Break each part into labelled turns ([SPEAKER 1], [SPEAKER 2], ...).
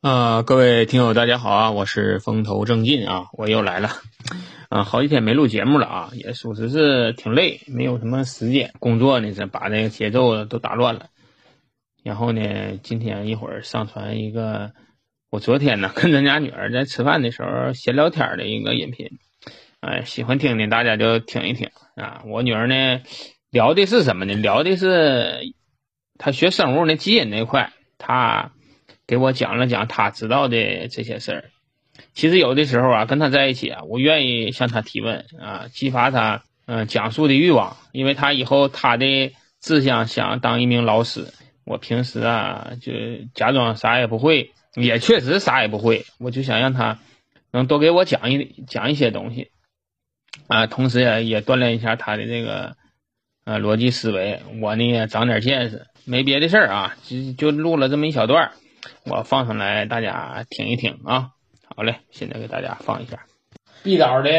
[SPEAKER 1] 呃，各位听友，大家好啊！我是风头正劲啊，我又来了。 啊，好几天没录节目了啊，也属实是挺累，没有什么时间。工作呢是把这个节奏都打乱了。然后呢，今天一会儿上传一个我昨天呢 跟咱家女儿在吃饭的时候闲聊天的一个音频。哎，喜欢听的大家就听一听啊。我女儿呢聊的是什么呢？聊的是她学生物那基因那块，她。给我讲了讲他知道的这些事儿。其实有的时候啊，跟他在一起啊，我愿意向他提问啊，激发他嗯、呃、讲述的欲望，因为他以后他的志向想当一名老师。我平时啊就假装啥也不会，也确实啥也不会，我就想让他能多给我讲一讲一些东西啊，同时也也锻炼一下他的这个呃逻辑思维。我呢长点见识，没别的事儿啊，就就录了这么一小段。我放上来，大家听一听啊！好嘞，现在给大家放一下。毕导的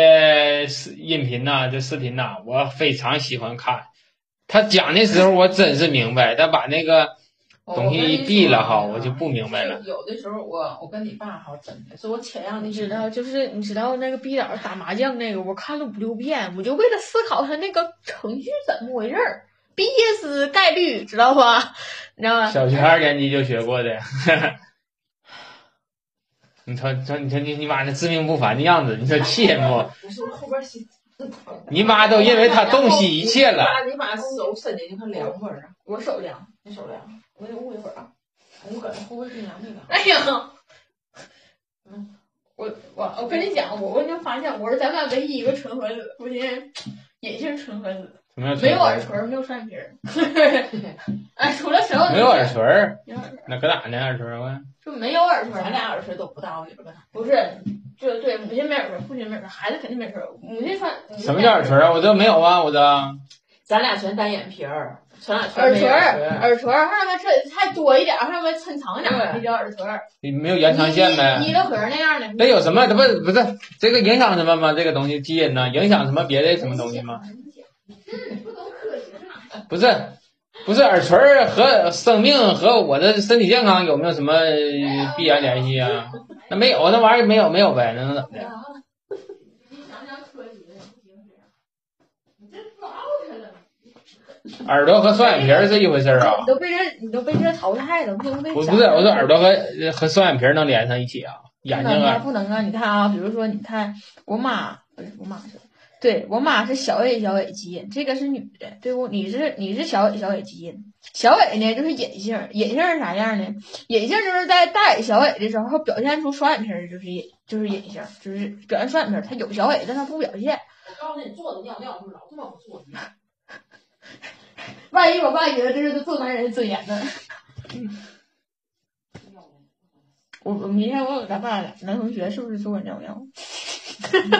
[SPEAKER 1] 音频呐、啊，这视频呐、啊，我非常喜欢看。他讲的时候，我真是明白；他把那个
[SPEAKER 2] 哦
[SPEAKER 1] 东西一闭了哈，我就不明白了。
[SPEAKER 2] 啊有的时候我，我我跟你爸好真的，所以我且让
[SPEAKER 3] 你知道，就是你知道那个毕导打麻将那个，我看了五六遍，我就为了思考他那个程序怎么回事儿。毕业时概率知道吧？你知道吧？
[SPEAKER 1] 小学二年级就学过的。 你瞅，瞅你瞅你你妈那自命不凡的样子，你说气人不？
[SPEAKER 2] 不是后边心
[SPEAKER 1] 你妈都因为他洞悉一切了。
[SPEAKER 2] 你把手伸进去，快凉会儿啊！
[SPEAKER 3] 我手凉，
[SPEAKER 2] 你手凉，我得捂一会儿啊。我搁这后背冰凉没凉？
[SPEAKER 3] 哎呀，嗯，我我我跟你讲，我我就发现，我说咱俩唯一一个纯分子，不信隐性纯分子。没有耳垂，没有双眼皮儿。 哎，除了所有
[SPEAKER 1] 没有耳垂
[SPEAKER 3] 儿，
[SPEAKER 1] 那搁哪呢？耳垂啊？
[SPEAKER 3] 就没有耳垂，
[SPEAKER 2] 咱俩耳垂都不到，也不
[SPEAKER 3] 不是，就对，母亲没耳垂，父亲没耳垂，孩子肯定没耳垂。母亲穿
[SPEAKER 1] 什么叫耳垂啊？我这没有啊，我这。
[SPEAKER 2] 咱俩全单眼皮儿，咱俩
[SPEAKER 3] 耳垂，
[SPEAKER 2] 耳
[SPEAKER 3] 垂上面这还多一点，上面抻长点，那叫耳垂。
[SPEAKER 1] 你没有延长线呗？
[SPEAKER 3] 你乐盒那样的。
[SPEAKER 1] 那有什么？它不不是这个影响什么吗？这个东西基因呢？影响什么别的什么东西吗？
[SPEAKER 3] 嗯、不懂科学
[SPEAKER 1] 不是，不是耳垂和生命和我的身体健康有没有什么必然联系啊？那没有，那玩意儿没有没有呗，那能怎么的？
[SPEAKER 3] 你想想科学，你这糟蹋了。
[SPEAKER 1] 耳朵和双眼皮儿是一回事儿
[SPEAKER 3] 啊！你都被这，你都被这淘汰了，不能被。
[SPEAKER 1] 我不是，我说耳朵和和双眼皮儿能连上一起啊？眼睛
[SPEAKER 3] 啊？不能啊！你看啊，比如说，你看我妈不是我妈是。对我妈是小伟小伟基因，这个是女的。对我你是你是小伟小伟基因，小伟呢就是隐性，隐性是啥样呢？隐性就是在大伟小伟的时候表现出双眼皮儿，就是隐就是隐性，就是表现双眼皮儿。他有小伟，但他不表现。
[SPEAKER 2] 我告诉你，坐着尿尿，老他妈不坐着。
[SPEAKER 3] 万一我爸觉得这是做男人的尊严呢？ 我我明天我问咱爸男同学是不是坐着尿尿？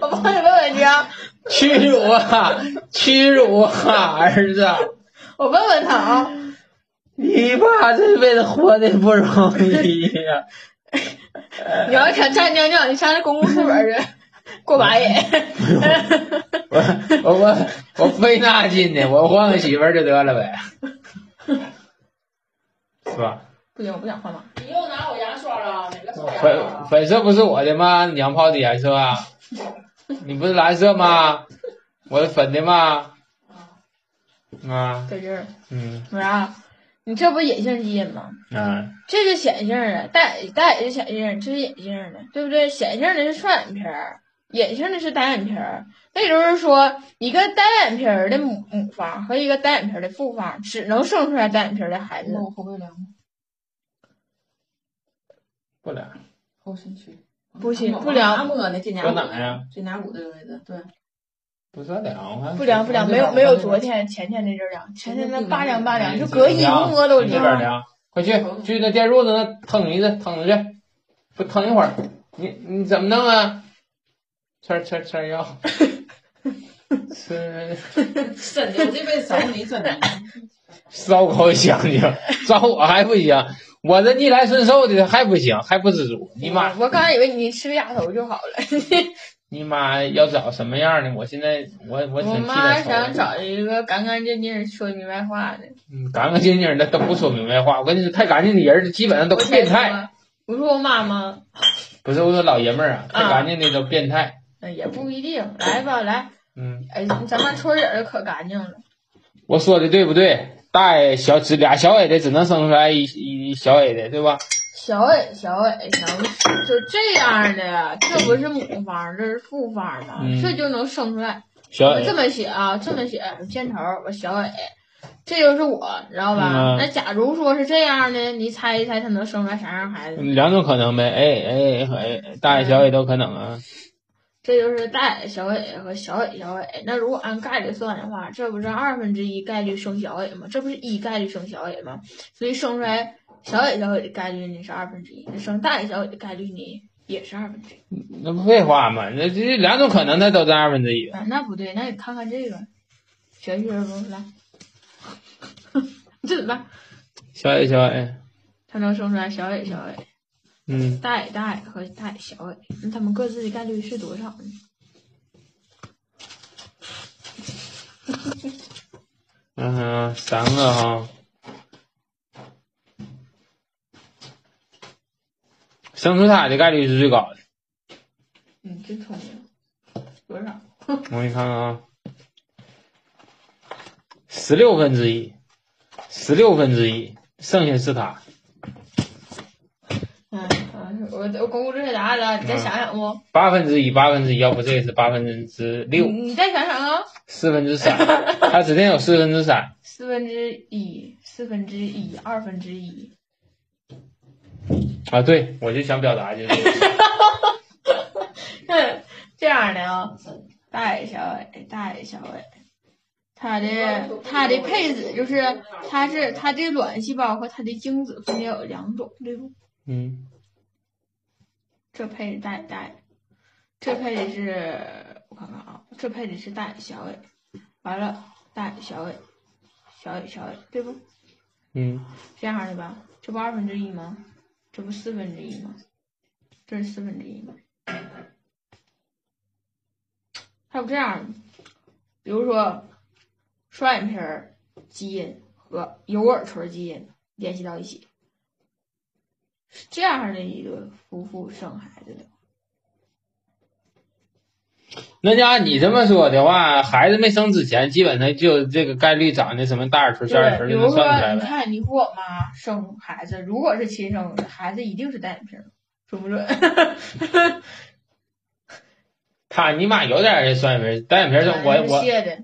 [SPEAKER 3] 我帮你问问去啊！
[SPEAKER 1] 屈辱啊！屈辱啊！儿子，
[SPEAKER 3] 我问问他啊！
[SPEAKER 1] 你爸这辈子活的不容易呀、
[SPEAKER 3] 啊！你要想站尿尿，你上那公共厕所去 过把瘾
[SPEAKER 1] 我我我我费那劲呢，我换个媳妇儿就得了呗，是吧？
[SPEAKER 3] 不行，我不想换妈。
[SPEAKER 2] 你又拿我牙刷了？哪个刷
[SPEAKER 1] 粉
[SPEAKER 2] 牙？
[SPEAKER 1] 粉色不是我的吗？娘炮的颜色啊！你不是蓝色吗？我是粉的吗？啊，
[SPEAKER 3] 在这儿，
[SPEAKER 1] 嗯，
[SPEAKER 3] 啥、啊？你这不隐性基因吗？
[SPEAKER 1] 嗯，
[SPEAKER 3] 这是显性的，大大也是显性，这是隐性的，对不对？显性的是双眼皮儿，隐性的是单眼皮儿。那也就是说，一个单眼皮儿的母母方和一个单眼皮儿的父方，只能生出来单眼皮儿的孩子。
[SPEAKER 2] 那我后背凉吗？
[SPEAKER 1] 不凉，
[SPEAKER 2] 后身区。
[SPEAKER 3] 不行，
[SPEAKER 4] 嗯
[SPEAKER 3] 不凉。
[SPEAKER 2] 摸呢，这
[SPEAKER 1] 哪呀？
[SPEAKER 2] 这哪骨的位置， 对。
[SPEAKER 1] 不是凉，
[SPEAKER 3] 不凉不凉，没有没有昨天前天那阵凉，前天那八凉八凉，就隔一摸都
[SPEAKER 1] 哎凉。这边凉，快去去那电褥子那腾一腾腾去，不腾一会儿，你你怎么弄啊？吃吃吃 药。吃。
[SPEAKER 2] 真的，我这辈子少你 真的。
[SPEAKER 1] 烧烤香精，找我还不行。我这
[SPEAKER 3] 嗯
[SPEAKER 1] 逆来顺受的还不行，还不知足，你妈！
[SPEAKER 3] 我刚才以为你吃个鸭头就好了，
[SPEAKER 1] 你妈要找什么样的？我现在我我
[SPEAKER 3] 我
[SPEAKER 1] 挺替
[SPEAKER 3] 妈
[SPEAKER 1] 她愁
[SPEAKER 3] 想
[SPEAKER 1] 的。
[SPEAKER 3] 找一个干干净净、说明白话的。
[SPEAKER 1] 嗯，干干净净的，都不说明白话。我跟你说，太干净的人基本上都
[SPEAKER 3] 我
[SPEAKER 1] 变态。
[SPEAKER 3] 才说，不是我妈妈，
[SPEAKER 1] 不是我说老爷们儿啊，太
[SPEAKER 3] 啊
[SPEAKER 1] 干净的都变态。
[SPEAKER 3] 呃也不一定。来吧，来，
[SPEAKER 1] 嗯，
[SPEAKER 3] 哎，咱们村儿人儿可干净了。
[SPEAKER 1] 我说的对不对？大爷小只俩小 A 的只能生出来一一一小 A 的，对吧？
[SPEAKER 3] 小伟，小伟，小伟，就这样的，这不是母方，这是父方的，
[SPEAKER 1] 嗯
[SPEAKER 3] 这就能生出来。
[SPEAKER 1] 小
[SPEAKER 3] 我
[SPEAKER 1] A
[SPEAKER 3] 这么写啊，这么写，箭头，我小伟，这就是我，知道吧？
[SPEAKER 1] 嗯啊
[SPEAKER 3] 那假如说是这样的，你猜一猜，他能生出来啥样孩子？
[SPEAKER 1] 嗯两种可能呗，哎哎哎，大爷小 A 都可能啊。
[SPEAKER 3] 这就是大伟、小伟和小伟、小伟。那如果按概率算的话，这不是二分之一概率生小伟吗？这不是一概率生小伟吗？所以生出来小伟、小伟的概率呢是二分之一，生大伟、小伟的概率呢也是二分之一。
[SPEAKER 1] 那不废话吗？那这两种可能，那都是二分之一。
[SPEAKER 3] 啊，那不对，那你看看这个，学学不来， 这怎么办？
[SPEAKER 1] 小 A 小 A，
[SPEAKER 3] 他能生出来小伟、小伟、
[SPEAKER 1] 嗯，
[SPEAKER 3] 大伟、大伟和大伟、小伟，那他们各自的概率是多少呢？
[SPEAKER 1] 嗯、三个哈，生出他的概率是最高的。
[SPEAKER 3] 嗯，真聪明，多少？
[SPEAKER 1] 我给你看看啊，十六分之一，十六分之一，剩下是他。
[SPEAKER 3] 嗯，嗯我我公布正确答案了，你再
[SPEAKER 1] 嗯
[SPEAKER 3] 想想哦不？
[SPEAKER 1] 八分之一，八分之一，要不这个是八分之六，
[SPEAKER 3] 你你再想想啊，
[SPEAKER 1] 四分之 三，他指定有四分之三。
[SPEAKER 3] 四分之一、四分之一、二分之一，
[SPEAKER 1] 啊，对，我就想表达就是这 个。
[SPEAKER 3] 哼这样的啊、大伟、小伟、大伟、小伟，它的它的配子就是它是它的卵细胞和它的精子分别有两种，对不？
[SPEAKER 1] 嗯。
[SPEAKER 3] 这配的大伟、大伟，这配的是我看看啊，这配的是大伟、小伟，完了大伟、小伟、小伟、小伟，对不？
[SPEAKER 1] 嗯，
[SPEAKER 3] 这样的吧，这不二分之一吗？这不四分之一吗？这是四分之一吗？还有这样的，比如说双眼皮儿基因和有耳垂基因联系到一起，是这样的一个夫妇生孩子的。
[SPEAKER 1] 那家按你这么说的话，孩子没生之前，基本上就这个概率长的什么大耳垂、小耳
[SPEAKER 3] 对，
[SPEAKER 1] 垂
[SPEAKER 3] 比
[SPEAKER 1] 就
[SPEAKER 3] 如
[SPEAKER 1] 能
[SPEAKER 3] 说
[SPEAKER 1] 算出来
[SPEAKER 3] 你
[SPEAKER 1] 呗。
[SPEAKER 3] 看你和我妈生孩子，如果是亲生的，孩子一定是单眼皮儿，准不准？
[SPEAKER 1] 他你妈有点这双眼皮儿，单眼皮儿是我
[SPEAKER 3] 是
[SPEAKER 1] 我
[SPEAKER 3] 卸的。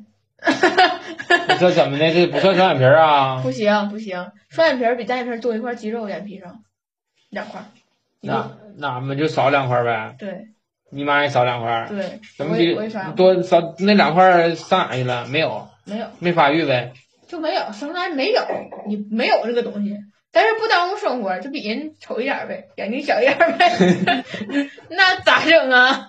[SPEAKER 1] 你说怎么的？这不算双眼皮儿啊？
[SPEAKER 3] 不行不行，双眼皮儿比单眼皮儿多一块肌肉，眼皮上两块儿。
[SPEAKER 1] 那那我们就少两块儿呗，
[SPEAKER 3] 对
[SPEAKER 1] 你妈也少两块儿，
[SPEAKER 3] 对，
[SPEAKER 1] 咱
[SPEAKER 3] 我
[SPEAKER 1] 们
[SPEAKER 3] 嗯也我也说
[SPEAKER 1] 就多少那两块儿上哪儿去了？没有，
[SPEAKER 3] 没有
[SPEAKER 1] 没发育呗。
[SPEAKER 3] 就没有，生来没有，你没有这个东西，但是不耽误生活，就比人丑一点儿呗，眼睛小一点 儿呗，那咋整啊？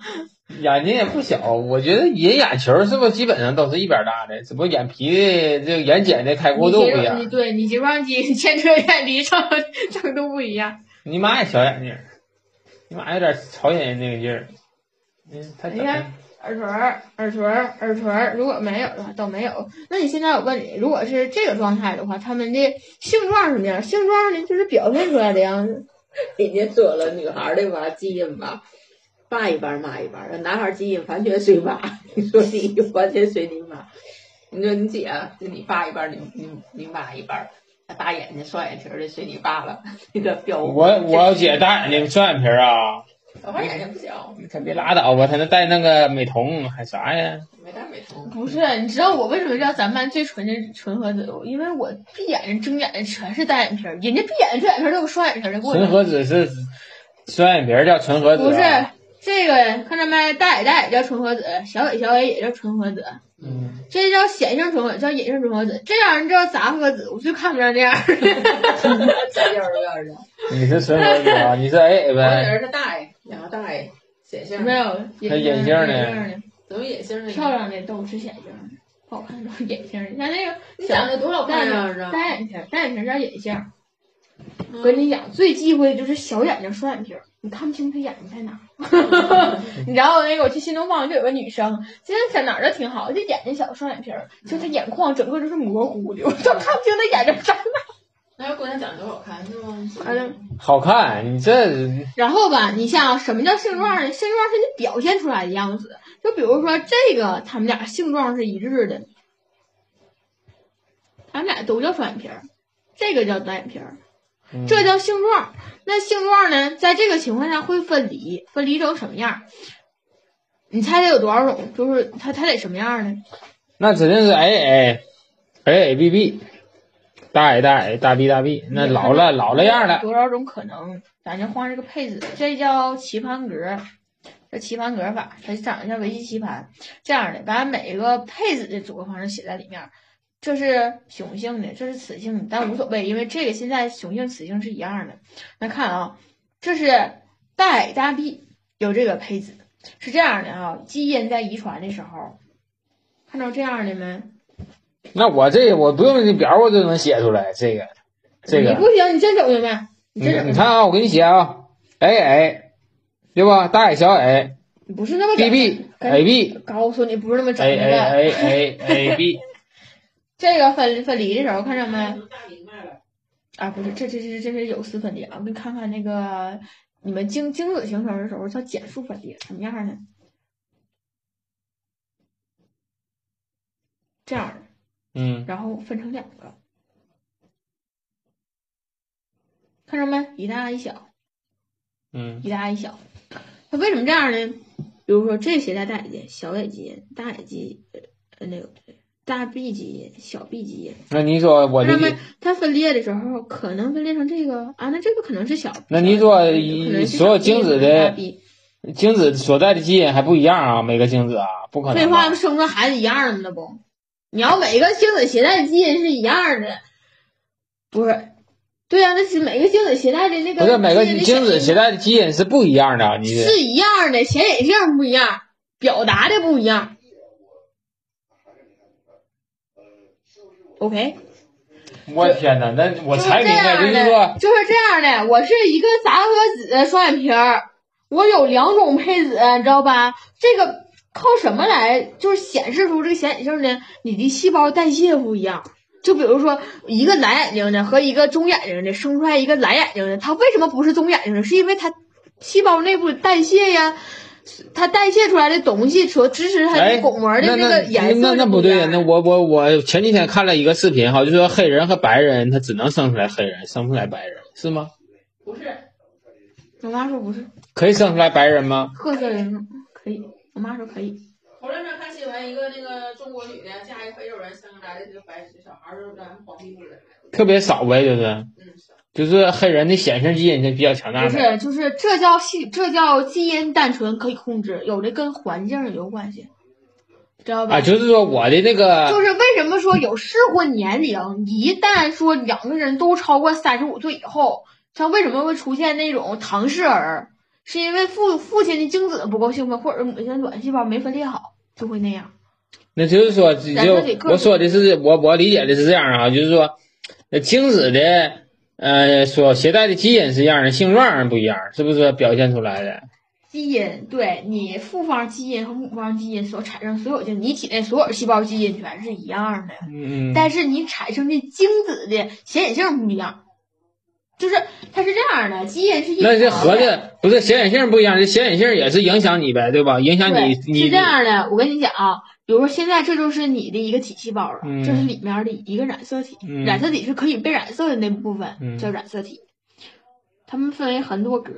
[SPEAKER 1] 眼睛也不小，我觉得人眼球是不是基本上都是一边大的，只不过眼皮的这个眼睑的开阔
[SPEAKER 3] 你
[SPEAKER 1] 度
[SPEAKER 3] 睫
[SPEAKER 1] 不一
[SPEAKER 3] 肉，你
[SPEAKER 1] 样。
[SPEAKER 3] 对你睫状肌、你 前车眼离长程度不一样。
[SPEAKER 1] 你妈也小眼睛，你妈有点朝鲜人那个劲儿。嗯，她
[SPEAKER 3] 你看耳垂儿、耳垂儿、耳垂儿，如果没有的话都没有。那你现在我问你，如果是这个状态的话，他们的性状是什么样？性状呢，就是表现出来的样子。
[SPEAKER 4] 人家说了，女孩儿的吧基因吧，爸一半儿妈一半儿，男孩儿基因完全随妈， 你说你完全随你妈，你说你姐啊就你爸一半儿，你你你妈一半儿，大眼睛双眼皮儿的随你爸了， 那个标
[SPEAKER 1] 我我姐大眼睛双眼皮儿啊，
[SPEAKER 4] 小孩眼睛不小，
[SPEAKER 1] 你可别拉倒吧，她那戴那个美瞳还啥呀？
[SPEAKER 4] 没大没 头。
[SPEAKER 3] 不是，你知道我为什么叫咱班最纯的纯和子？因为我闭眼睛、睁眼睛全是单眼皮儿，人家闭眼睛、睁眼皮儿都有双眼皮儿的。给我
[SPEAKER 1] 纯和子是双眼皮儿叫纯和子、
[SPEAKER 3] 不是
[SPEAKER 1] 啊，
[SPEAKER 3] 这个，看到没？大眼大眼叫纯和子，小眼小眼也叫纯和子，
[SPEAKER 1] 不是，嗯，
[SPEAKER 3] 这叫显性纯和，叫隐性纯和子。这样人叫杂和子，我最看不上 这样儿的。
[SPEAKER 4] 在幼儿园的，
[SPEAKER 1] 你是纯和子 啊，你是 A
[SPEAKER 4] 我
[SPEAKER 1] 呗？
[SPEAKER 4] 女儿是大爷，两个大爷，显性
[SPEAKER 3] 没
[SPEAKER 4] 的，
[SPEAKER 3] 有
[SPEAKER 1] 那
[SPEAKER 3] 隐
[SPEAKER 1] 眼
[SPEAKER 3] 性
[SPEAKER 1] 镜儿
[SPEAKER 3] 的，
[SPEAKER 1] 呢
[SPEAKER 3] 眼镜
[SPEAKER 4] 怎么眼性
[SPEAKER 3] 的
[SPEAKER 4] 的？
[SPEAKER 3] 漂，亮的都是显性的，不好看都是隐性的。像那个
[SPEAKER 4] 你长得多好看呀、
[SPEAKER 3] 单眼皮儿，单眼皮儿叫隐性儿，
[SPEAKER 2] 嗯
[SPEAKER 3] 我跟你讲，最忌讳的就是小眼睛、双眼皮儿，你看不清他眼睛在哪儿。 你知道那个我去新东方就有个女生，现在在哪儿都挺好，就眼睛小、双眼皮儿，就她眼眶整个都是模糊的，我都看不清她眼睛在哪儿。
[SPEAKER 2] 那要姑娘长得好看是吗？
[SPEAKER 3] 完了
[SPEAKER 1] 好看，你这
[SPEAKER 3] 然后吧，你像什么叫性状呢？性状是你表现出来的样子，就比如说这个，他们俩性状是一致的，他们俩都叫双眼皮儿，这个叫单眼皮儿，
[SPEAKER 1] 嗯
[SPEAKER 3] 这叫性状。那性状呢，在这个情况下会分离，分离成什么样？你猜它有多少种？就是它它得什么样呢？
[SPEAKER 1] 那指定是 A A A A B B，大 A 大 A 大 B 大 B，那老 了老了样了。
[SPEAKER 3] 多少种可能？咱就画这个配置，这叫棋盘格，这棋盘格法，它长得像围棋棋盘这样的，把每个配子的组合方式写在里面。这是雄性的，这是雌性的，但无所谓，因为这个现在雄性、雌性是一样的。那看啊，这是大矮大 B 有这个配子，是这样的啊，基因在遗传的时候，看到这样的没？
[SPEAKER 1] 那我这我不用这表，我就能写出来这个这
[SPEAKER 3] 你
[SPEAKER 1] 个。
[SPEAKER 3] 不行，你真整明白，你
[SPEAKER 1] 你
[SPEAKER 3] 真整
[SPEAKER 1] 你看啊，我给你写啊，A A，对吧？大 A 小 A
[SPEAKER 3] 你不是那么整
[SPEAKER 1] B 哎 B
[SPEAKER 3] 跟
[SPEAKER 1] A B
[SPEAKER 3] 告诉你不是那么整
[SPEAKER 1] A
[SPEAKER 3] 的。
[SPEAKER 1] A A A A B，
[SPEAKER 3] 这个分分离的时候看着没？
[SPEAKER 2] 大明白了，
[SPEAKER 3] 啊，不是，这这这这是有丝分裂啊！我给你看看那个你们精精子形成的时候叫减数分裂，什么样呢？这样的，
[SPEAKER 1] 嗯，
[SPEAKER 3] 然后分成两个，看着没？一大一小，
[SPEAKER 1] 嗯，
[SPEAKER 3] 一大一小。它为什么这样呢？比如说这携带大 A 基因、小 A 基因、大 A 基因，呃呃，那个大 B 基因、小 B 基因。
[SPEAKER 1] 那你说我
[SPEAKER 3] 那
[SPEAKER 1] 就
[SPEAKER 3] 么它分裂的时候，可能分裂成这个啊，那这个可能是小。
[SPEAKER 1] 那你说
[SPEAKER 3] 可能是
[SPEAKER 1] 所有
[SPEAKER 3] 小 B，
[SPEAKER 1] 精子
[SPEAKER 3] 可能是
[SPEAKER 1] 的
[SPEAKER 3] 大 B
[SPEAKER 1] 精子所在的基因还不一样啊，每个精子啊，不可
[SPEAKER 3] 废
[SPEAKER 1] 能
[SPEAKER 3] 话，
[SPEAKER 1] 啊。
[SPEAKER 3] 不生出孩子一样的吗？那不，你要每个精子携带的基因是一样的，不是？对呀、那是每个精子携带的那个
[SPEAKER 1] 不是每个
[SPEAKER 3] 基因的
[SPEAKER 1] 精
[SPEAKER 3] 显
[SPEAKER 1] 子
[SPEAKER 3] 性
[SPEAKER 1] 携带的基因是不一样的，你这
[SPEAKER 3] 是一样的，显显性不一样，表达的不一样。OK，
[SPEAKER 1] 我天哪，那我
[SPEAKER 3] 就是
[SPEAKER 1] 才明白，就
[SPEAKER 3] 这
[SPEAKER 1] 是
[SPEAKER 3] 样
[SPEAKER 1] 说
[SPEAKER 3] 的，就是这样的。我是一个杂合子的双眼皮儿，我有两种配子，你知道吧？这个靠什么来就是显示出这个显性呢？你的细胞代谢不一样。就比如说，一个蓝眼睛的和一个棕眼睛的生出来一个蓝眼睛的，它为什么不是棕眼睛的？是因为它细胞内部代谢呀，它代谢出来的东西所支持它
[SPEAKER 1] 哎
[SPEAKER 3] 的巩膜
[SPEAKER 1] 那
[SPEAKER 3] 的这
[SPEAKER 1] 那
[SPEAKER 3] 个颜色
[SPEAKER 1] 那那
[SPEAKER 3] 是
[SPEAKER 1] 不
[SPEAKER 3] 一
[SPEAKER 1] 对呀，
[SPEAKER 3] 样
[SPEAKER 1] 那
[SPEAKER 3] 的
[SPEAKER 1] 我我我前几天看了一个视频哈，就说黑人和白人他只能生出来黑人，生不出来白人是吗？
[SPEAKER 2] 不是，
[SPEAKER 3] 我妈说不是，
[SPEAKER 1] 可以生出来白人吗？
[SPEAKER 3] 褐色人种可以，我妈说可以。
[SPEAKER 2] 头两天看新闻，一个那个中国女的嫁一个非洲人，生来的这个白人小孩儿，染黄皮肤了，
[SPEAKER 1] 特别少呗，就是
[SPEAKER 2] 嗯，是
[SPEAKER 1] 就是黑人的显性基因就比较强大
[SPEAKER 3] 不
[SPEAKER 1] 呗。
[SPEAKER 3] 是，就是这叫系，这叫基因单纯可以控制，有的跟环境有关系，知道吧？
[SPEAKER 1] 啊，就是说我的那
[SPEAKER 3] 就
[SPEAKER 1] 个
[SPEAKER 3] 是为什么说有适婚年龄，一旦说两个人都超过三十五岁以后，像为什么会出现那种唐氏儿，是因为父父亲的精子不够兴奋，或者是母亲的卵细胞没分裂好，就会那样。
[SPEAKER 1] 那就是说，就
[SPEAKER 3] 咱们得克制
[SPEAKER 1] 我说的是我我理解的是这样啊，就是说，呃精子的呃所携带的基因是一样的，性状不一样，是不是表现出来的？
[SPEAKER 3] 基因对你父方基因和母方基因所产生所有的，你体内所有细胞基因全是一样的。
[SPEAKER 1] 嗯嗯。
[SPEAKER 3] 但是你产生的精子的显影性不一样，就是它是这样的，基因是一
[SPEAKER 1] 那这
[SPEAKER 3] 条
[SPEAKER 1] 合
[SPEAKER 3] 的
[SPEAKER 1] 着不是显显性不一样，这显显性也是影响你呗，对吧？影响你
[SPEAKER 3] 对，
[SPEAKER 1] 你
[SPEAKER 3] 是这样的。我跟你讲啊，比如说现在这就是你的一个体细胞了，
[SPEAKER 1] 嗯
[SPEAKER 3] 这是里面的一个染色体，
[SPEAKER 1] 嗯
[SPEAKER 3] 染色体是可以被染色的那部分、
[SPEAKER 1] 嗯
[SPEAKER 3] 叫染色体，它们分为很多格，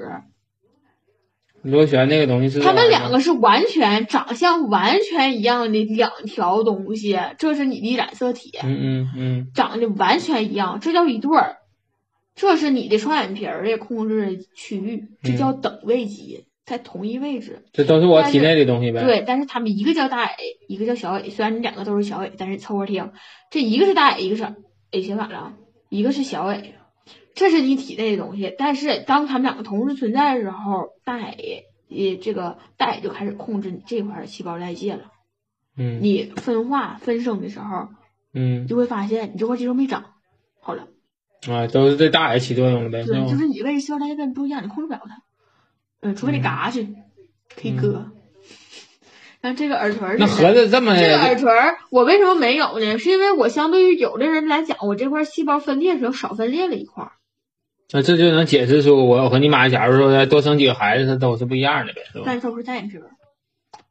[SPEAKER 1] 螺旋那个东西是
[SPEAKER 3] 它们两个是完全长相完全一样的两条东西，这是你的染色体。
[SPEAKER 1] 嗯嗯嗯
[SPEAKER 3] 长得完全一样，这叫一对儿。这是你的双眼皮儿的控制区域，这叫等位基因，在同一位置。
[SPEAKER 1] 这都是我体内的东西呗。
[SPEAKER 3] 对，但是他们一个叫大 A，一个叫小 A。虽然你两个都是小 A，但是凑合听，这一个是大 A，一个是 A 写反了，一个是小 A。这是你体内的东西，但是当他们两个同时存在的时候，大 A 也这个大 A 就开始控制你这块儿的细胞代谢了。
[SPEAKER 1] 嗯
[SPEAKER 3] 你分化分生的时候，
[SPEAKER 1] 嗯
[SPEAKER 3] 你就会发现你这块肌肉没长，好了。
[SPEAKER 1] 啊，都是对大爷起作用了呗，是
[SPEAKER 3] 对，就
[SPEAKER 1] 吧？
[SPEAKER 3] 是你位置消一根不一样，你控制不了它。嗯，除非你嘎去，可以割。但这个耳垂儿
[SPEAKER 1] 嗯那
[SPEAKER 3] 是
[SPEAKER 1] 合着这么
[SPEAKER 3] 这个耳垂儿，我为什么没有呢？是因为我相对于有的人来讲，我这块细胞分裂的时候少分裂了一块儿。
[SPEAKER 1] 那这就能解释出我和你妈，假如说多生几个孩子，它都是不一样的呗，是吧？
[SPEAKER 3] 但是都是单眼皮儿。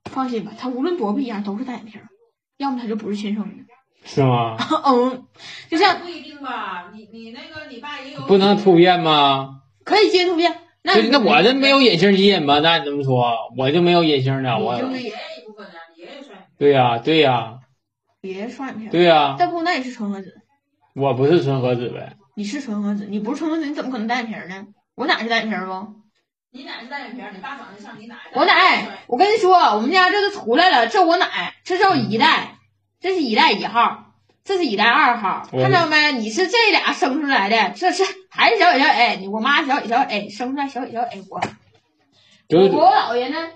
[SPEAKER 3] 放心吧，它无论多不一样，都是单眼皮儿，要么它就不是亲生的。
[SPEAKER 1] 是吗？
[SPEAKER 3] 嗯，就像
[SPEAKER 2] 不一定吧？你你那个你爸也有
[SPEAKER 1] 不能突变吗？
[SPEAKER 3] 可以接突变， 那
[SPEAKER 1] 就是那我这没有隐性基因吧？那你这么说，我就没有隐性的，
[SPEAKER 2] 你就
[SPEAKER 1] 我
[SPEAKER 2] 是爷爷一部分呢，爷爷算。
[SPEAKER 1] 对呀、对呀、
[SPEAKER 3] 别双眼皮儿。
[SPEAKER 1] 对啊呀、
[SPEAKER 3] 但不，那也是纯合子，
[SPEAKER 1] 我不是纯合子呗，
[SPEAKER 3] 你是纯合子，你不是纯合子，你怎么可能单眼皮儿呢？我哪是单眼皮儿不？
[SPEAKER 2] 你奶是单眼皮儿，你爸长得像你奶。
[SPEAKER 3] 我奶，我跟你说，我们家这都出来了，这我奶，这叫一代，这是一代一号，这是一代二号，
[SPEAKER 1] 我
[SPEAKER 3] 看到没？你是这俩生出来的，这是还是小野小野，你我妈小野小野生出来小野小野，我
[SPEAKER 1] 就是
[SPEAKER 3] 我姥爷呢？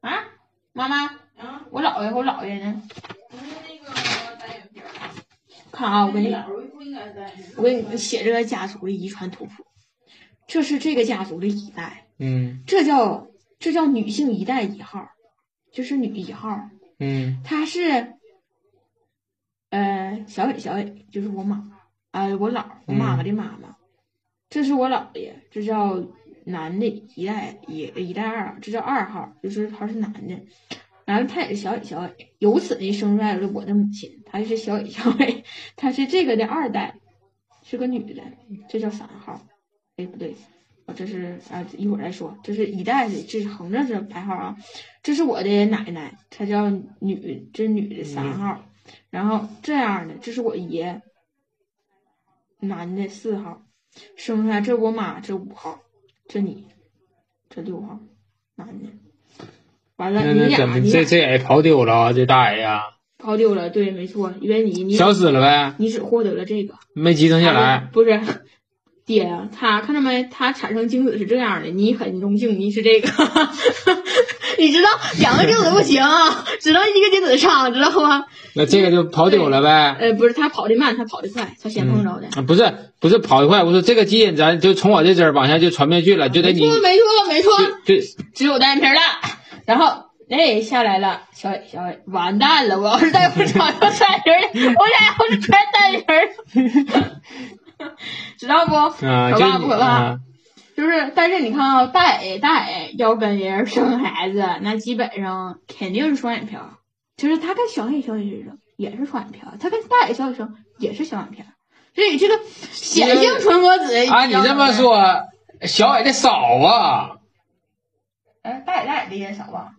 [SPEAKER 3] 啊，妈妈，
[SPEAKER 2] 啊，
[SPEAKER 3] 我姥爷和我姥爷呢？
[SPEAKER 2] 不是那个单眼皮儿。
[SPEAKER 3] 看啊，我跟你讲。
[SPEAKER 2] 姥不应该是单眼皮儿。
[SPEAKER 3] 我给你写这个家族的遗传图谱，这是这个家族的一代，
[SPEAKER 1] 嗯
[SPEAKER 3] 这叫这叫女性一代一号，就是女一号，
[SPEAKER 1] 嗯
[SPEAKER 3] 她是，呃，小伟小伟就是我妈，啊、我姥我妈妈的妈妈，这是我姥爷，这叫男的一代一一代二，这叫二号，就是他是男的，然后他也是小伟小伟，由此呢生出来了我的母亲，她是小伟小伟，她是这个的二代，是个女的，这叫三号，哎不对。哦，这是啊，一会儿再说。这是一代的，这是横着是排号啊。这是我的奶奶，她叫女，这是女的三号。然后这样的，这是我爷，男的四号，生出来这我妈这五号，这你，这六号，男的。完了，
[SPEAKER 1] 那
[SPEAKER 3] 你
[SPEAKER 1] 那
[SPEAKER 3] 俩
[SPEAKER 1] 怎么
[SPEAKER 3] 你
[SPEAKER 1] 这
[SPEAKER 3] 俩
[SPEAKER 1] 这也跑丢了啊？这大爷呀、
[SPEAKER 3] 抛丢了，对，没错，因为你你
[SPEAKER 1] 消失了呗，
[SPEAKER 3] 你只获得了这个，
[SPEAKER 1] 没集中下
[SPEAKER 3] 哎
[SPEAKER 1] 来。
[SPEAKER 3] 不是。爹呀、他看到没？他产生精子是这样的，你很荣幸你是这个， 你知道两个精子不行啊，只能一个精子上，知道吗？
[SPEAKER 1] 那这个就跑丢了呗。
[SPEAKER 3] 呃，不是，他跑得慢，他跑得快，他先碰着的。
[SPEAKER 1] 啊，不是不是跑得快，我说这个基因咱就从我这支儿往下就传不下去了，就得你
[SPEAKER 3] 没错，没错，没错，
[SPEAKER 1] 对
[SPEAKER 3] 只有单眼皮儿了。然后，哎，下来了，小野小野，完蛋了！我要是再不长成单眼皮儿了，我俩要是全单眼皮儿 了， 知道不？
[SPEAKER 1] 对啊，
[SPEAKER 3] 可
[SPEAKER 1] 就
[SPEAKER 3] 怕
[SPEAKER 1] 你
[SPEAKER 3] 不可怕
[SPEAKER 1] 啊
[SPEAKER 3] 就是，但是你看啊，大爷大爷要跟别人生孩子，那基本上肯定是双眼皮儿，就是他跟小野小野似的，也是双眼皮儿，他跟大野小野生也是双眼皮儿，所以这个显性纯合子
[SPEAKER 1] 按啊你这么，说，小矮的少啊，
[SPEAKER 3] 哎，大爷大爷的也少吧？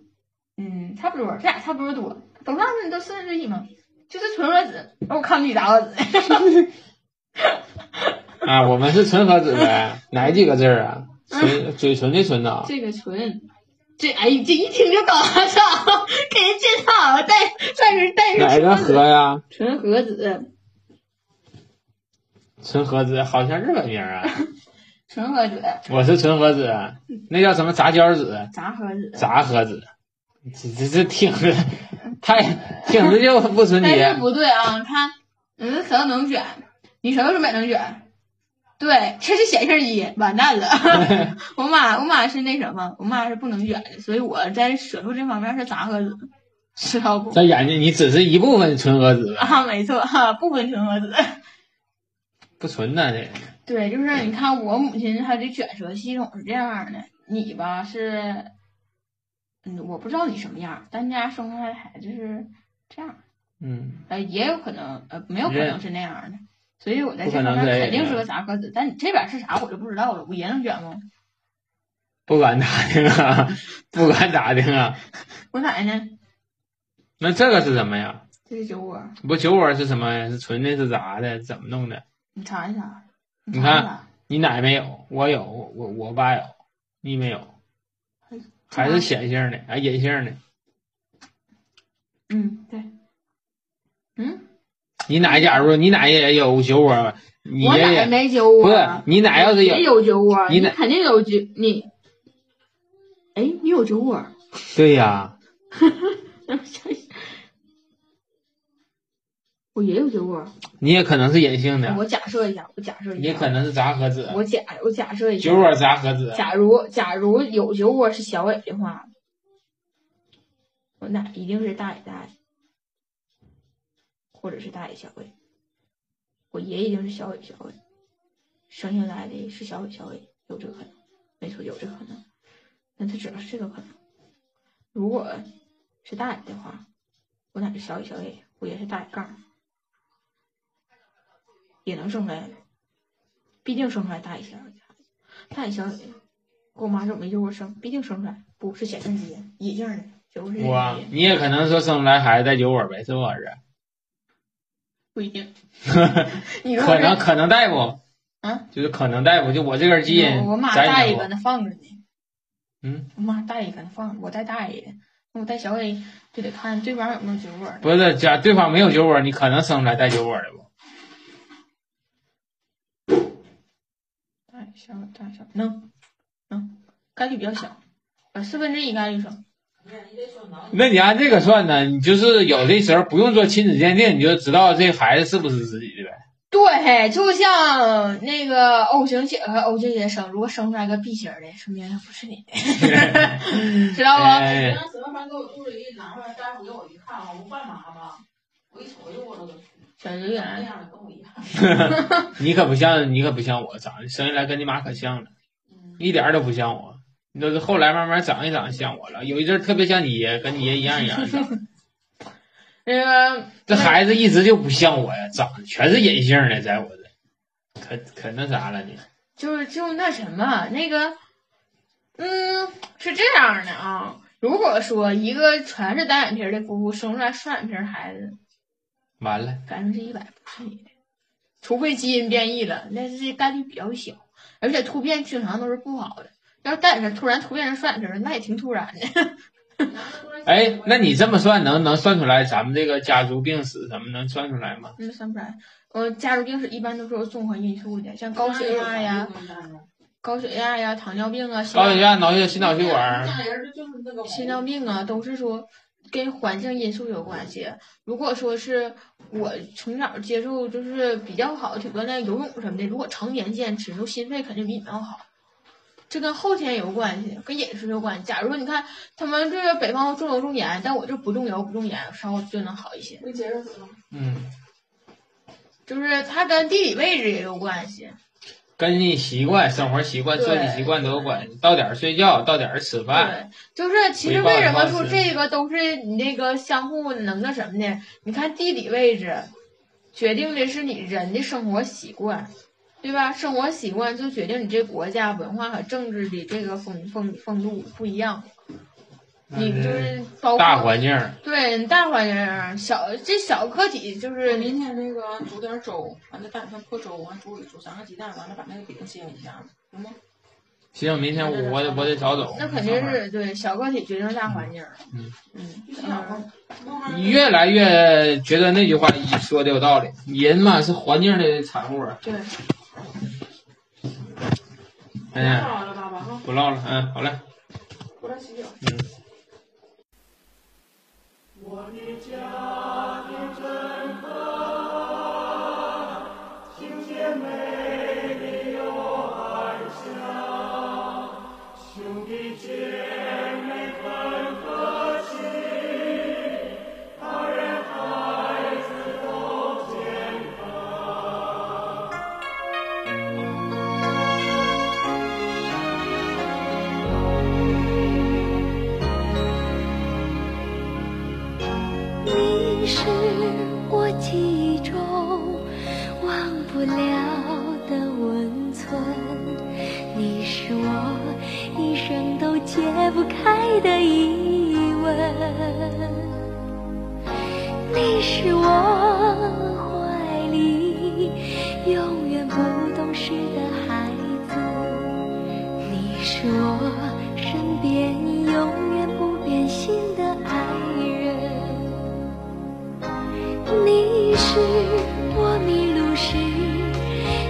[SPEAKER 3] 嗯，差不多，这俩差不多多，都上都四分之一嘛，就是纯合子，我看你咋合子，
[SPEAKER 1] 啊，我们是纯合子呗，哪几个字儿啊？
[SPEAKER 3] 嗯
[SPEAKER 1] 纯嘴唇的唇呐，
[SPEAKER 3] 这个纯。这哎，这一听就搞笑， 给人介绍了，带算是带
[SPEAKER 1] 哪
[SPEAKER 3] 是
[SPEAKER 1] 个合呀？
[SPEAKER 3] 纯合子，
[SPEAKER 1] 纯合子好像日本名儿啊，
[SPEAKER 3] 纯合子，
[SPEAKER 1] 我是纯合子，啊 那叫什么杂交子、
[SPEAKER 3] 杂合子。
[SPEAKER 1] 杂合子，这这这听着太听着就不纯
[SPEAKER 3] 呃但
[SPEAKER 1] 洁
[SPEAKER 3] 是。不对啊，你看，嗯，舌头能卷，你舌头是没能卷。对，这是显性一，完蛋了。我妈，我妈是那什么，我妈是不能卷的，所以我在舌头这方面是杂合子，知道不？
[SPEAKER 1] 咱眼睛你只是一部分纯合子，
[SPEAKER 3] 啊，没错，哈、不分纯合子。
[SPEAKER 1] 不纯呐这。
[SPEAKER 3] 对，就是你看我母亲她的卷舌系统是这样的，你吧是，嗯，我不知道你什么样，咱家生出来的孩子是这样。
[SPEAKER 1] 嗯，
[SPEAKER 3] 呃，也有可能，呃，没有可能是那样的。所以我在
[SPEAKER 1] 不
[SPEAKER 3] 这
[SPEAKER 1] 可
[SPEAKER 3] 方
[SPEAKER 1] 能嗯
[SPEAKER 3] 面
[SPEAKER 1] 是
[SPEAKER 3] 肯定
[SPEAKER 1] A
[SPEAKER 3] 是个杂科子，但你这边是啥我就不知道了。我爷能卷吗？
[SPEAKER 1] 不敢打听啊，不敢打听啊。
[SPEAKER 3] 我奶奶呢？
[SPEAKER 1] 那这个是什么呀？
[SPEAKER 3] 这是酒窝，
[SPEAKER 1] 不，酒窝是什么呀？是纯的，是杂的，怎么弄的？
[SPEAKER 3] 你查一查。
[SPEAKER 1] 你
[SPEAKER 3] 查一
[SPEAKER 1] 看
[SPEAKER 3] 查，
[SPEAKER 1] 你奶没有，我有，我我爸有，你没有，还
[SPEAKER 3] 这玩意儿
[SPEAKER 1] 是显性的，还隐性的。
[SPEAKER 3] 嗯，对，嗯，
[SPEAKER 1] 你奶假如你奶也有酒窝，你
[SPEAKER 3] 我
[SPEAKER 1] 爷
[SPEAKER 3] 奶奶
[SPEAKER 1] 爷
[SPEAKER 3] 没啊酒窝，
[SPEAKER 1] 不是你奶要是
[SPEAKER 3] 也
[SPEAKER 1] 有，
[SPEAKER 3] 有酒窝，
[SPEAKER 1] 你
[SPEAKER 3] 你
[SPEAKER 1] 奶
[SPEAKER 3] 肯定有酒，你，哎，你有酒 窝，
[SPEAKER 1] 对呀，
[SPEAKER 5] 我也有结过。
[SPEAKER 1] 你也可能是隐性的，
[SPEAKER 3] 我假设一下，我假设一下，
[SPEAKER 1] 也可能是杂合子，
[SPEAKER 3] 我假我假设一下
[SPEAKER 1] 酒，窝杂合子，
[SPEAKER 3] 假如假如有酒窝是小尾的话，我那一定是大尾大的，或者是大尾小尾。我爷一定是小尾小尾，生下来的是小尾小尾，有这个可能，没错，有这个可能。那他只要是这个可能，如果是大尾的话，我哪是小尾小尾，我也是大尾杠，也能生出来，毕竟生出来大尾小尾。看一下，跟我妈说没救过生，毕竟生出来不是显性基因，隐性的，就是基
[SPEAKER 1] 哇
[SPEAKER 3] 因，
[SPEAKER 1] 你也可能说生出来孩子带酒窝呗，是不是？
[SPEAKER 5] 不一定，
[SPEAKER 3] 你如果
[SPEAKER 1] 可
[SPEAKER 3] 是
[SPEAKER 1] 能可能大夫，
[SPEAKER 3] 啊，
[SPEAKER 1] 就是可能大夫，就我这根基因，
[SPEAKER 3] 我我妈
[SPEAKER 1] 咱也
[SPEAKER 3] 大
[SPEAKER 1] 没
[SPEAKER 3] 爷
[SPEAKER 1] 有
[SPEAKER 3] 搁那放着呢，
[SPEAKER 1] 嗯，
[SPEAKER 3] 我妈大爷搁那放着，我带大爷，那我带小 A 就得看对方有没有酒窝，
[SPEAKER 1] 不是，假如对方没有酒窝，你可能生出来带酒窝的不？
[SPEAKER 3] 大爷小 A 大爷小 A 能能，概率比较小，呃四分之一概率生，
[SPEAKER 1] 那你按这个算呢？你就是有的时候不用做亲子鉴定，你就知道这孩子是不是自己的呗。
[SPEAKER 3] 对，就像那个 O 型血和 O 型血生，如果生出来个 B 型的，说明不是 你的，知道吗？
[SPEAKER 1] 哎，
[SPEAKER 2] 那什么班给我肚里一拿出来，大夫给我一看，我不犯麻吧？我一瞅就我这个
[SPEAKER 3] 小学
[SPEAKER 2] 那
[SPEAKER 3] 原来
[SPEAKER 2] 样的跟我一样。
[SPEAKER 1] 你可不像，你可不像我，长得生下来跟你妈可像了，
[SPEAKER 2] 嗯，
[SPEAKER 1] 一点儿都不像我。你都是后来慢慢长一长像我了，有一阵儿特别像你爷，跟你爷一样一样的。
[SPEAKER 3] 那个
[SPEAKER 1] 这孩子一直就不像我呀，长得全是隐性的，在我这，可可那啥了你。
[SPEAKER 3] 就是就那什么那个，嗯，是这样的啊。如果说一个全是单眼皮儿的夫妇生出来双眼皮儿孩子，
[SPEAKER 1] 完了，
[SPEAKER 3] 百分之一百不是你的，除非基因变异了，但是这概率比较小，而且突变经常都是不好的。要是单眼皮儿突然突变成双眼皮儿，那也挺突然的。
[SPEAKER 1] 哎，那你这么算能能算出来咱们这个家族病史什么能算出来吗？
[SPEAKER 3] 那算不出来。呃，家族病史一般都是有综合因素的，像高血压呀、高血压呀、糖尿病啊、心
[SPEAKER 1] 高血
[SPEAKER 3] 脏
[SPEAKER 1] 压、脑血、心脑血管
[SPEAKER 2] 那人就是那个
[SPEAKER 3] 心脏病啊，都是说跟环境因素有关系。如果说是我从小接受就是比较好的体锻炼、游泳什么的，如果常年坚持，就心肺肯定比你们要好。这跟后天有关系，跟饮食有关系。假如你看他们这个北方重油重盐，但我这不重油不重盐，稍微就能好一些。
[SPEAKER 2] 没接受什么？
[SPEAKER 1] 嗯，
[SPEAKER 3] 就是它跟地理位置也有关系。
[SPEAKER 1] 跟你习惯、生活习惯、
[SPEAKER 3] 对
[SPEAKER 1] 作息习惯都有关系。到点儿睡觉，到点儿吃饭，
[SPEAKER 3] 对，就是其实
[SPEAKER 1] 回报
[SPEAKER 3] 为什么
[SPEAKER 1] 方
[SPEAKER 3] 说
[SPEAKER 1] 式
[SPEAKER 3] 这个都是你那个相互能那什么呢？你看地理位置，决定的是你人的生活习惯，对吧？生活习惯就决定你这国家文化和政治的这个风风风度不一样。你就是包括
[SPEAKER 1] 大环境儿，
[SPEAKER 3] 对你大环境，小这小个体就是
[SPEAKER 2] 明天这个煮点粥，完了蛋饭破粥，完煮煮三个鸡蛋，完了把那个饼煎一下，行吗？
[SPEAKER 1] 行，明天我我得我得早走。
[SPEAKER 3] 那肯定是对小个体决定大环境。
[SPEAKER 1] 嗯
[SPEAKER 3] 嗯
[SPEAKER 2] 必须
[SPEAKER 3] 嗯
[SPEAKER 2] 要。
[SPEAKER 1] 你越来越觉得那句话说的有道理，人嘛是环境的产物啊。
[SPEAKER 3] 对。
[SPEAKER 1] 哎呀，
[SPEAKER 2] 好了，爸爸哈，
[SPEAKER 1] 不唠了，嗯，好嘞。嗯
[SPEAKER 2] 我来洗脚。
[SPEAKER 6] 你是我记忆中忘不了的温存，你是我一生都解不开的疑问，你是我怀里永远不懂事的孩子。你是我身边永远不变心的爱人，你是我迷路时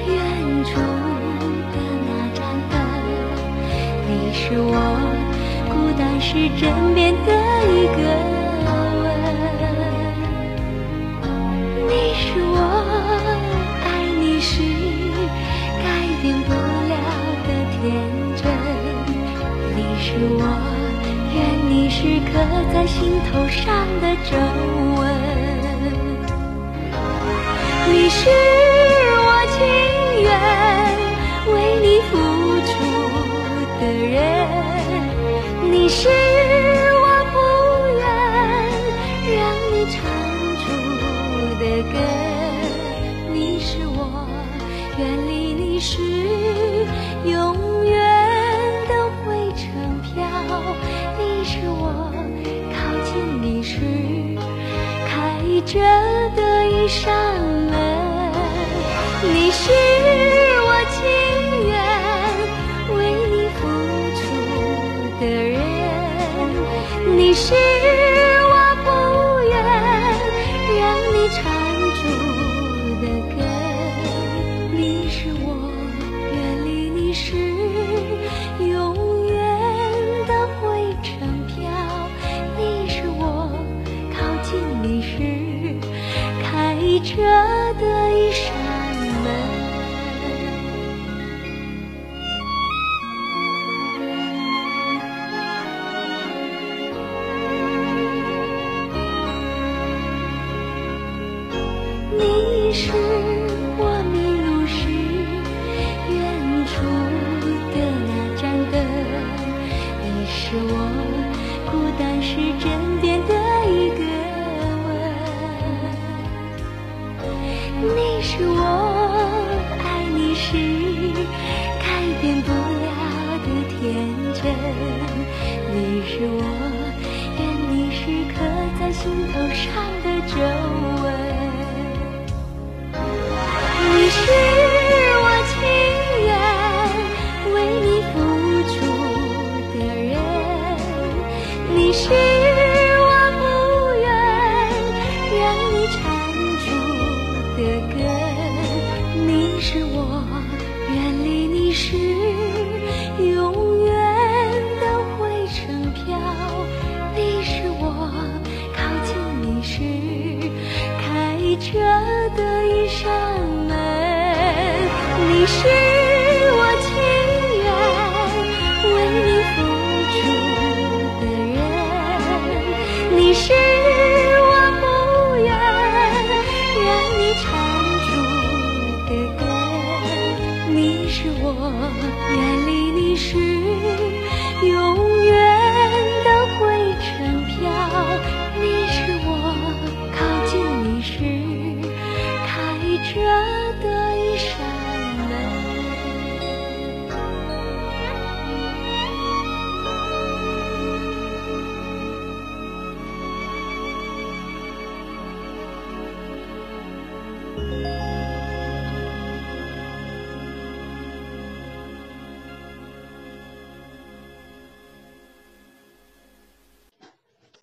[SPEAKER 6] 远处的那盏灯，你是我孤单时枕边的一个吻。你我，愿你是刻在心头上的皱纹。你是我情愿为你付出的人，你是我不愿让你缠住的根，你是我远离你时永远都灰尘飘，你是我靠近你时。开着的一扇门。你是我情愿为你付出的人，你是我不愿让你缠住的根，你是我远离你时。